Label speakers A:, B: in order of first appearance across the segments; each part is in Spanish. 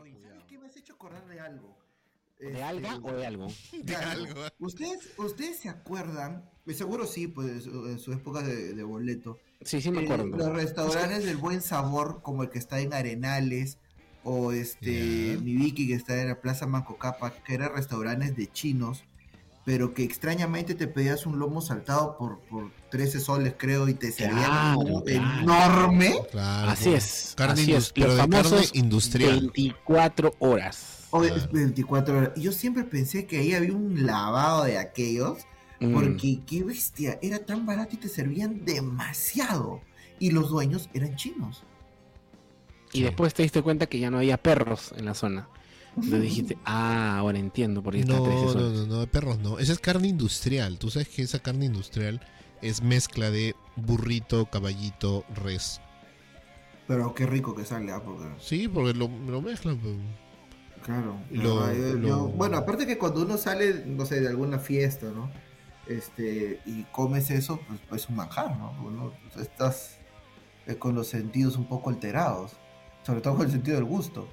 A: Oye, ¿sabes qué Este, me has hecho acordar de algo?
B: ¿De alga o de algo?
A: De algo. ¿eh? ¿Ustedes, ¿Ustedes se acuerdan? Eh, Seguro sí, pues en su época de, de boleto.
B: Sí, sí me
A: Eh,
B: acuerdo.
A: los restaurantes del buen sabor, como el que está en Arenales, o este, mi Vicky que está en la Plaza Mancocapa, que eran restaurantes de chinos, pero que extrañamente te pedías un lomo saltado por, por 13 soles, creo, y te servían
B: Claro,
A: uno
B: claro.
A: enorme.
C: Claro.
B: Así es.
C: Carne
B: así
C: indus-
B: es.
C: pero
B: Los
C: de carne
B: famosos
C: industrial.
B: 24 horas.
A: O
C: Claro.
A: 24 horas. Y Yo siempre pensé que ahí había un lavado de aquellos,
B: Mm.
A: porque qué bestia, era tan barato y te servían demasiado. Y los dueños eran chinos.
B: Y después te diste cuenta que ya no había perros en la zona. Entonces dijiste, ah, ahora entiendo por qué está
C: No,
B: 13
C: no,
B: soles.
C: no, no, de perros no. Esa es carne industrial. Tú sabes que esa carne industrial es mezcla de burrito, caballito, res.
A: Pero qué rico que sale, ah, porque
C: Sí, porque lo, lo mezclan. pues.
A: Claro.
C: Y
A: la
C: lo-
A: verdad, yo-
C: lo-
A: yo- bueno, aparte que cuando uno sale, no sé, de alguna fiesta, ¿no? Este, y comes eso, pues es un manjar, ¿no? Uno, pues, estás eh, con los sentidos un poco alterados, sobre todo con el sentido del gusto.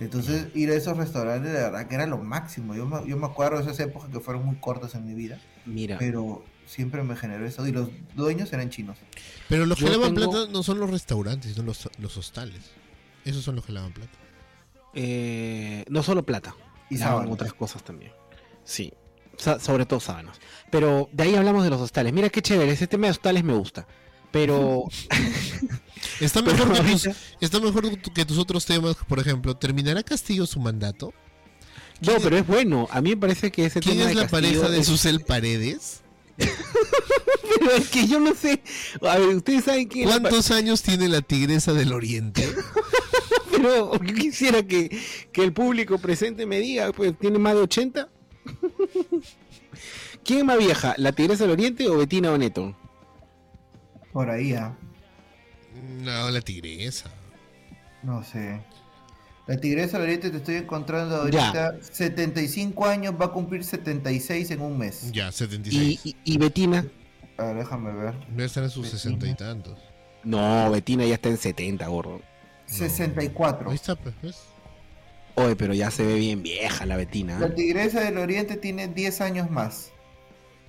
A: Entonces, ir a esos restaurantes, de verdad que era lo máximo. Yo me, yo me acuerdo de esas épocas que fueron muy cortas en mi vida,
B: Mira,
A: pero siempre me generó eso. Y los dueños eran chinos.
C: Pero los que
B: Yo
C: lavan
B: tengo-
C: plata no son los restaurantes, sino los, los hostales. Esos son los que lavan plata.
B: eh, no solo plata,
A: Y
B: lavan
A: sábanas.
B: otras cosas también. Sí, sa- sobre todo sábanas. Pero de ahí hablamos de los hostales. Mira qué chévere, ese tema de hostales me gusta. Pero,
C: Está
B: pero
C: mejor, que, tus,
B: ahorita-
C: está mejor que tus otros temas, por ejemplo. ¿Terminará Castillo su mandato?
B: no, pero es bueno. A mí me parece que ese
C: ¿Quién
B: tema
C: es la
B: Castillo
C: pareja de
B: es-
C: Susel Paredes?
B: Pero es que yo no sé. A ver, ustedes saben quién es la
C: ¿Cuántos años tiene la tigresa del oriente?
B: Pero yo quisiera que, que el público presente me diga, pues, ¿tiene más de 80? ¿Quién es más vieja? ¿La Tigresa del Oriente o Betina Boneto?
A: Por ahí, ah,
C: No, la tigresa.
A: no sé. La tigresa del oriente te estoy encontrando
B: Ya.
A: ahorita. 75 años, va a cumplir 76 en un mes.
C: Ya,
B: Y,
C: 76.
B: y, y Betina.
A: A ver, déjame ver.
C: Debe estar en sus
A: Vecina.
C: sesenta y tantos.
B: No, Betina ya está en 70, gordo.
A: 64.
C: Ahí está, pues. ¿ves?
B: Oye, pero ya se ve bien vieja la Betina.
A: La tigresa del oriente tiene 10 años más.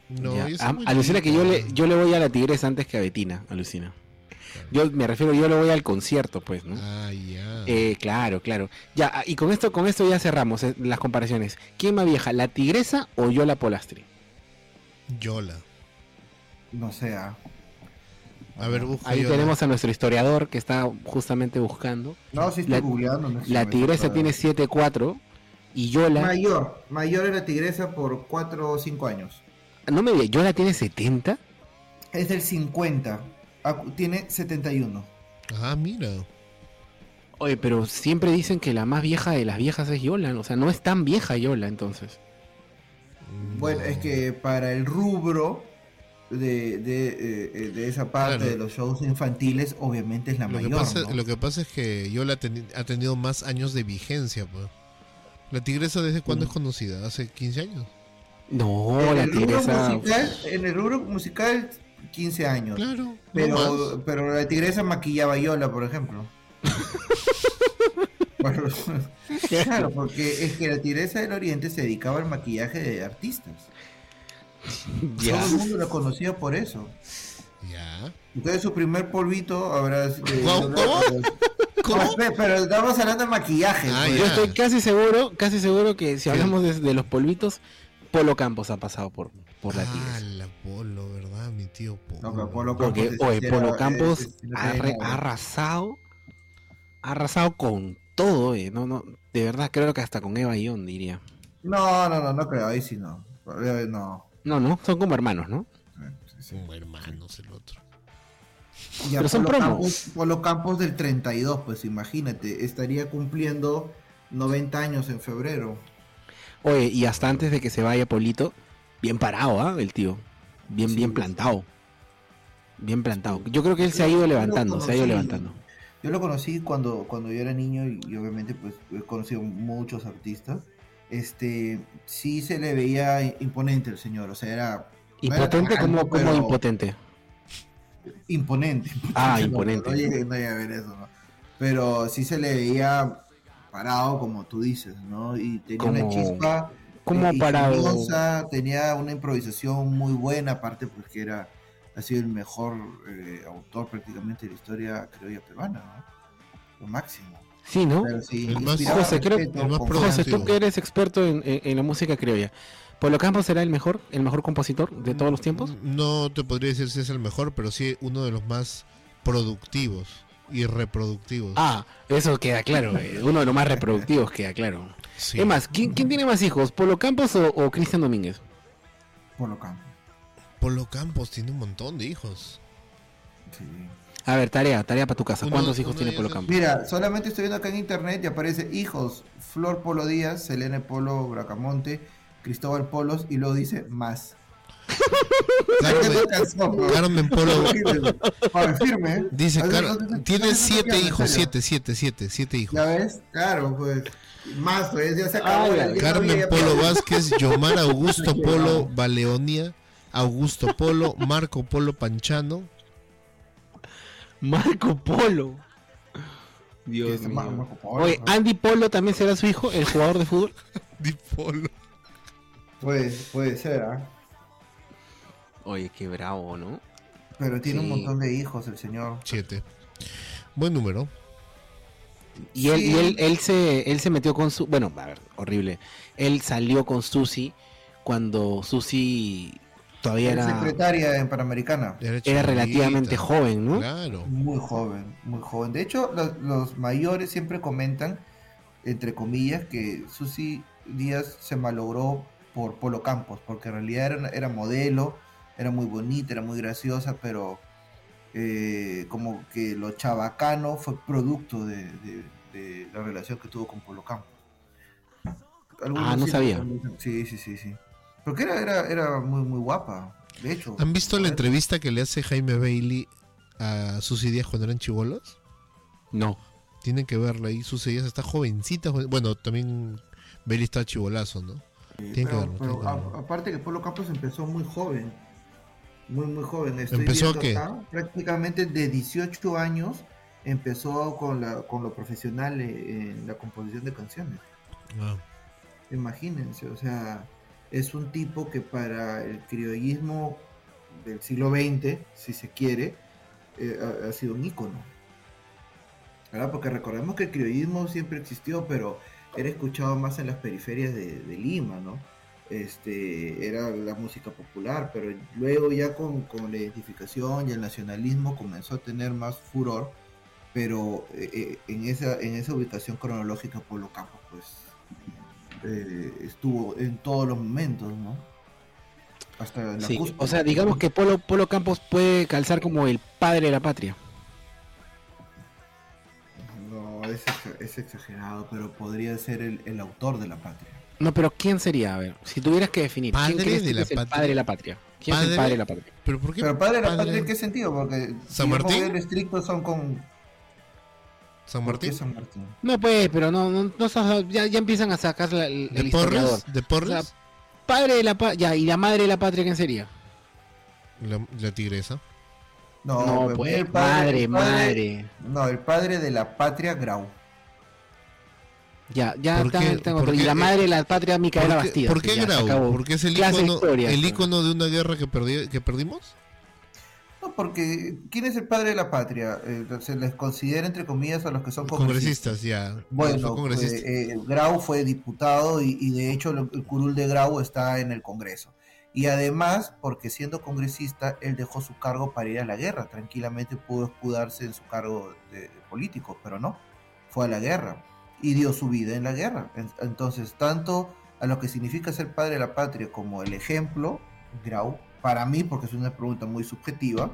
C: No,
B: Ya,
C: ella está
B: a,
C: muy
B: alucina que yo
C: linda.
B: le, yo le voy a la Tigresa antes que a Betina, alucina. Yo me refiero, yo le voy al concierto, pues, ¿no?
C: Ah, ya.
B: Eh, claro, claro. Ya, ah, y con esto, con esto ya cerramos eh, las comparaciones. ¿Quién más vieja, la Tigresa o Yola Polastri?
C: Yola.
A: No sé. ah.
C: A ver, busca
B: Ahí
C: Yola.
B: tenemos a nuestro historiador que está justamente buscando.
A: No, sí estoy
B: La-
A: googleando. no sé si
B: La
A: me-
B: tigresa tiene 7-4 y Yola.
A: Mayor. Mayor es la tigresa por 4 o 5 años.
B: No me diga, Yola tiene 70.
A: Es del 50. Ah, cu- Tiene 71.
C: Ah, mira.
B: Oye, pero siempre dicen que la más vieja de las viejas es Yola. O sea, no es tan vieja Yola entonces.
A: Bueno,
C: No.
A: es que para el rubro de, de, eh, eh, de esa parte
C: Claro.
A: de los shows infantiles, obviamente es la
C: Lo que,
A: mayor.
C: pasa,
A: ¿no?
C: lo que pasa es que Yola teni- ha tenido más años de vigencia, pues. ¿La tigresa desde cuándo
B: Mm.
C: es conocida? ¿Hace 15 años?
B: No,
A: en,
B: la
A: el rubro
B: tigresa.
A: musical, en el rubro musical, 15 años.
C: Claro. no más.
A: Pero, pero la tigresa maquillaba a Yola, por ejemplo. Bueno, claro, porque es que la tigresa del oriente se dedicaba al maquillaje de artistas.
B: Ya.
A: Todo el mundo la conocía por eso.
C: Ya.
A: Entonces su primer polvito habrá... eh,
C: ¿Cómo? ¿Cómo?
A: Pues, pe- Pero estamos hablando de maquillaje.
C: Ah,
A: pues.
B: Yo
C: ya.
B: estoy casi seguro, casi seguro que si
C: Sí.
B: hablamos de, de los polvitos, Polo Campos ha pasado por, por la
C: Ah,
B: tigresa.
C: la Polo, ¿verdad? Mi tío Polo.
A: No, pero Polo Campos
B: Porque,
A: es-
B: oye,
A: era-
B: Polo
A: es-
B: Campos
A: es- no
B: ha,
A: tenía
B: re-
A: nada.
B: ha arrasado, ha arrasado con todo, eh. no, no, de verdad creo que hasta con Eva y John diría.
A: No, no, no, no creo, ahí sí no. Eh, No.
B: No, no, son como hermanos, ¿no?
A: Sí, sí.
C: Como hermanos el otro.
A: Y a
B: Pero son
A: Polo
B: promos.
A: Campos, Polo Campos del 32, pues imagínate, estaría cumpliendo 90 años en febrero.
B: Oye, y hasta antes de que se vaya Polito, bien parado, ¿ah? El tío, bien,
A: Sí,
B: bien
A: sí.
B: plantado, bien plantado. Yo creo que él se ha ido
A: Yo lo
B: levantando, se ha ido
A: conocí-
B: levantando.
A: Yo lo conocí cuando, cuando yo era niño y, y obviamente pues he conocido muchos artistas. Este, sí se le veía imponente el señor, o sea, era
B: Impotente
A: alto,
B: como, como
A: pero-
B: impotente.
A: imponente.
B: Ah,
A: No,
B: imponente.
A: No, llegué- no llegué a ver eso, ¿no? Pero sí se le veía parado, como tú dices, ¿no? Y tenía una
B: Como-
A: chispa.
B: como
A: eh,
B: parado.
A: ingeniosa, tenía una improvisación muy buena, aparte porque era, ha sido el mejor eh, autor prácticamente de la historia criolla peruana, ¿no? Lo máximo.
B: Sí, ¿no?
A: Pero sí,
C: El más-
A: inspiraba
B: José, creo-
A: respeto,
C: el más
A: confianza.
B: José,
C: Productivo.
B: tú que eres experto en, en- en la música criolla, ¿Polo Campo será el mejor, el mejor compositor de todos los tiempos?
C: No te podría decir si es el mejor, pero sí uno de los más productivos y reproductivos.
B: Ah, eso queda claro, eh, uno de los más reproductivos queda claro.
C: Sí.
B: Es más, ¿quién, quién tiene más hijos, Polo Campos o, o Cristian Domínguez?
A: Polo Campo.
C: Polo Campos tiene un montón de hijos.
A: Sí.
B: A ver, tarea, tarea para tu casa.
C: Uno-
B: ¿Cuántos hijos
C: uno
B: tiene
C: de
B: Polo
C: ellos
B: Campos?
A: Mira, solamente estoy viendo acá en internet y aparece hijos, Flor Polo Díaz, Selene Polo Bracamonte, Cristóbal Polos y luego dice más.
C: Carmen,
A: Alcanzó, bro.
C: Carmen Polo
A: Para firme. ¿eh?
C: dice,
A: O sea,
C: Car-
A: no te- no te- no
C: tiene
A: te
C: siete
A: rías, en
C: hijos,
A: serio.
C: siete, siete, siete, siete hijos.
A: ¿Ya ves? Claro, pues. Más, pues, ya se acabó.
B: Ah,
A: ya-
B: la-
A: ya no
C: Carmen
A: había-
C: Polo Vázquez, Yomar Augusto
A: Qué
C: Polo
A: bravo.
C: Baleonia, Augusto Polo, Marco Polo Panchano,
B: Marco Polo.
A: Sí,
B: Dios
A: está Mar-
B: mío.
A: Marco Polo,
B: Oye,
A: ¿no?
B: Andy Polo también será su hijo, el jugador de fútbol.
C: Di Polo.
A: Puede, puede ser, ¿ah?
B: Oye, qué bravo, ¿no?
A: Pero tiene un
B: Sí.
A: montón de hijos el señor.
C: Siete. Buen número.
B: Y él,
A: Sí.
B: y él, él se, él se metió con su. Bueno, a ver, horrible. Él salió con Susi cuando Susi todavía
A: Era
B: era,
A: secretaria en Panamericana.
B: era
C: chiquita.
B: relativamente joven, ¿no?
C: Claro.
A: Muy joven, muy joven. De hecho, lo- los, mayores siempre comentan, entre comillas, que Susi Díaz se malogró por Polo Campos, porque en realidad era, una- era modelo, era muy bonita, era muy graciosa, pero eh, como que lo chabacano fue producto de, de- de la relación que tuvo con Polo Campos. Algunos
B: Ah, no
A: sí-
B: sabía.
A: Sí, sí, sí, sí. Porque era, era, era muy, muy guapa, de hecho.
C: ¿Han visto la entrevista que le hace Jaime Bailey a Susy Díaz cuando eran chivolos?
B: No.
C: Tienen que verla ahí. Susy Díaz está jovencita. joven- Bueno, también Bailey está chivolazo, ¿no? Tienen que
A: Pero-
C: verlo.
A: pero ah,
C: tienen que
A: a-
C: verlo.
A: aparte que Polo Campos empezó muy joven. Muy, muy joven. Estoy
C: ¿Empezó
A: viendo
C: qué?
A: acá, prácticamente de 18 años empezó con, la, con lo profesional eh, en la composición de canciones.
C: Ah.
A: Imagínense, o sea, es un tipo que para el criollismo del siglo XX, si se quiere, eh, ha, ha sido un ícono. ¿Verdad? Porque recordemos que el criollismo siempre existió, pero era escuchado más en las periferias de, de Lima, ¿no? Este, era la música popular, pero luego ya con, con la identificación y el nacionalismo comenzó a tener más furor, pero eh, eh, en, esa, en esa ubicación cronológica Pablo Campos, pues eh, estuvo en todos los momentos, ¿no? Hasta en la
B: Sí.
A: cúspide.
B: O sea, digamos que Polo, Polo Campos puede calzar como el padre de la patria.
A: No, es, exa- es exagerado, pero podría ser el, el autor de la patria.
B: No, pero ¿quién sería? A ver, si tuvieras que definir. ¿Quién
C: ¿Padre
B: crees
C: de
B: que
C: la
B: es el
C: patria?
B: padre de la patria? ¿Quién es
C: ¿Padre?
B: el padre de la patria?
C: ¿Pero por qué?
A: Pero padre de la
C: padre-
A: patria, ¿en qué sentido? Porque yo
C: ¿San
A: me voy
C: Martín?
A: al estricto son con
C: ¿San
A: ¿por qué
C: Martín?
A: San Martín.
B: No, pues, pero no, no, no estás- ya, ya empiezan a sacar la, el
C: ¿De
B: historiador.
C: Porres? ¿De Porres?
B: O sea, Padre de la patria, ya, y la madre de la patria, ¿quién sería?
C: La, la tigresa.
A: No,
B: no,
A: me voy
B: pues,
A: al
B: madre,
A: el
B: madre.
A: No, el padre de la patria Grau.
B: Ya, ya
C: ¿Por
B: está,
C: qué?
B: está-
C: ¿Por
B: Y
C: qué?
B: la madre de la patria, Micaela
C: ¿Por qué,
B: Bastida.
C: por qué Grau? ¿Porque es el
B: Clase de
C: icono,
B: historia,
C: el
B: esto.
C: icono de una guerra que, perdi- que perdimos?
A: No, porque ¿quién es el padre de la patria? Eh, se les considera entre comillas a los que son congresistas.
C: Congresistas, ya. Fue
A: Bueno,
C: congresista.
A: eh, eh, Grau fue diputado y, y de hecho lo- el curul de Grau está en el Congreso. Y además, porque siendo congresista, él dejó su cargo para ir a la guerra. Tranquilamente pudo escudarse en su cargo de- de político, pero no. Fue a la guerra y dio su vida en la guerra. En- Entonces, tanto a lo que significa ser padre de la patria como el ejemplo, Grau, para mí, porque es una pregunta muy subjetiva,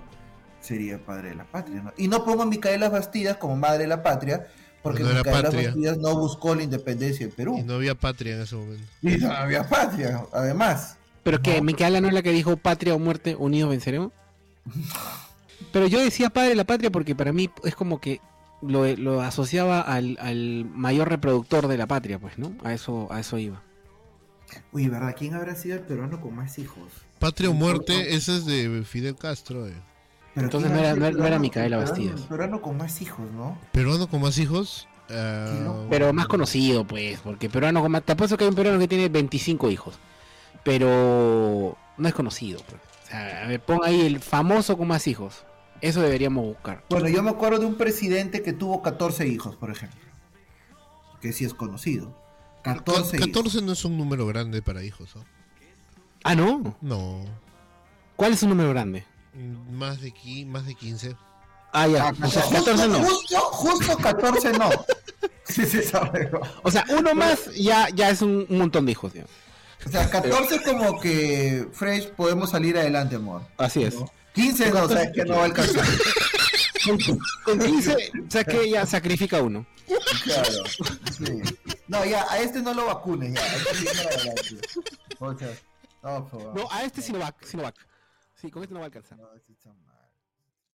A: sería padre de la patria. ¿no? Y no pongo a Micaela Bastidas como madre de la patria, porque
C: No era
A: Micaela
C: patria.
A: Bastidas no buscó la independencia del Perú.
C: Y
A: Y no,
C: no había patria en ese momento.
A: había patria, además.
B: Pero que Micaela no es la que dijo patria o muerte, unidos venceremos. Pero yo decía padre de la patria porque para mí es como que lo, lo asociaba al, al mayor reproductor de la patria, pues, ¿no? A eso, a eso iba.
A: Oye, ¿verdad? ¿Quién habrá sido el peruano con más hijos?
C: Patria o
A: No, no.
C: muerte, esa es de Fidel Castro. eh.
A: Pero
B: Entonces
A: ¿quién
B: no
A: habrá
B: era-
A: sido el
B: no era- no era
A: peruano-
B: Micaela
A: el peruano-
B: Bastidas.
A: El peruano con más hijos, ¿no?
C: ¿Peruano con más hijos? Ah,
B: Pero más conocido, pues, porque peruano, como- te apuesto que hay un peruano que tiene 25 hijos, pero no es conocido. pues. O sea, a ver, pon ahí el famoso con más hijos. Eso deberíamos buscar.
A: Bueno, yo me acuerdo de un presidente que tuvo 14 hijos, por ejemplo. Que sí es conocido. 14,
C: 14,
A: hijos.
C: no es un número grande para hijos. ¿no?
B: Ah, no.
C: No.
B: ¿Cuál es un número grande?
C: Mm, Más de, qui- más de 15.
B: Ah, ya.
A: Ah,
B: o sea,
A: justo-
B: 14 no.
A: Justo, justo 14 no. Sí, sí, sabe. ¿no?
B: O sea, uno más ya, ya es un un montón de hijos. ya.
A: O sea, 14 como que, Fresh, podemos salir adelante, amor.
B: Así es.
A: ¿no? 15 no, sabes que no va a alcanzar.
B: Con, con 15, o sea que ya sacrifica uno.
A: Claro. Sí. No, ya, a este no lo vacunen, ya. este Hay que seguir adelante. O sea, no, por favor.
B: No, a este sí lo va, sí lo va. Sí, con este no va a alcanzar.
A: No, este está mal.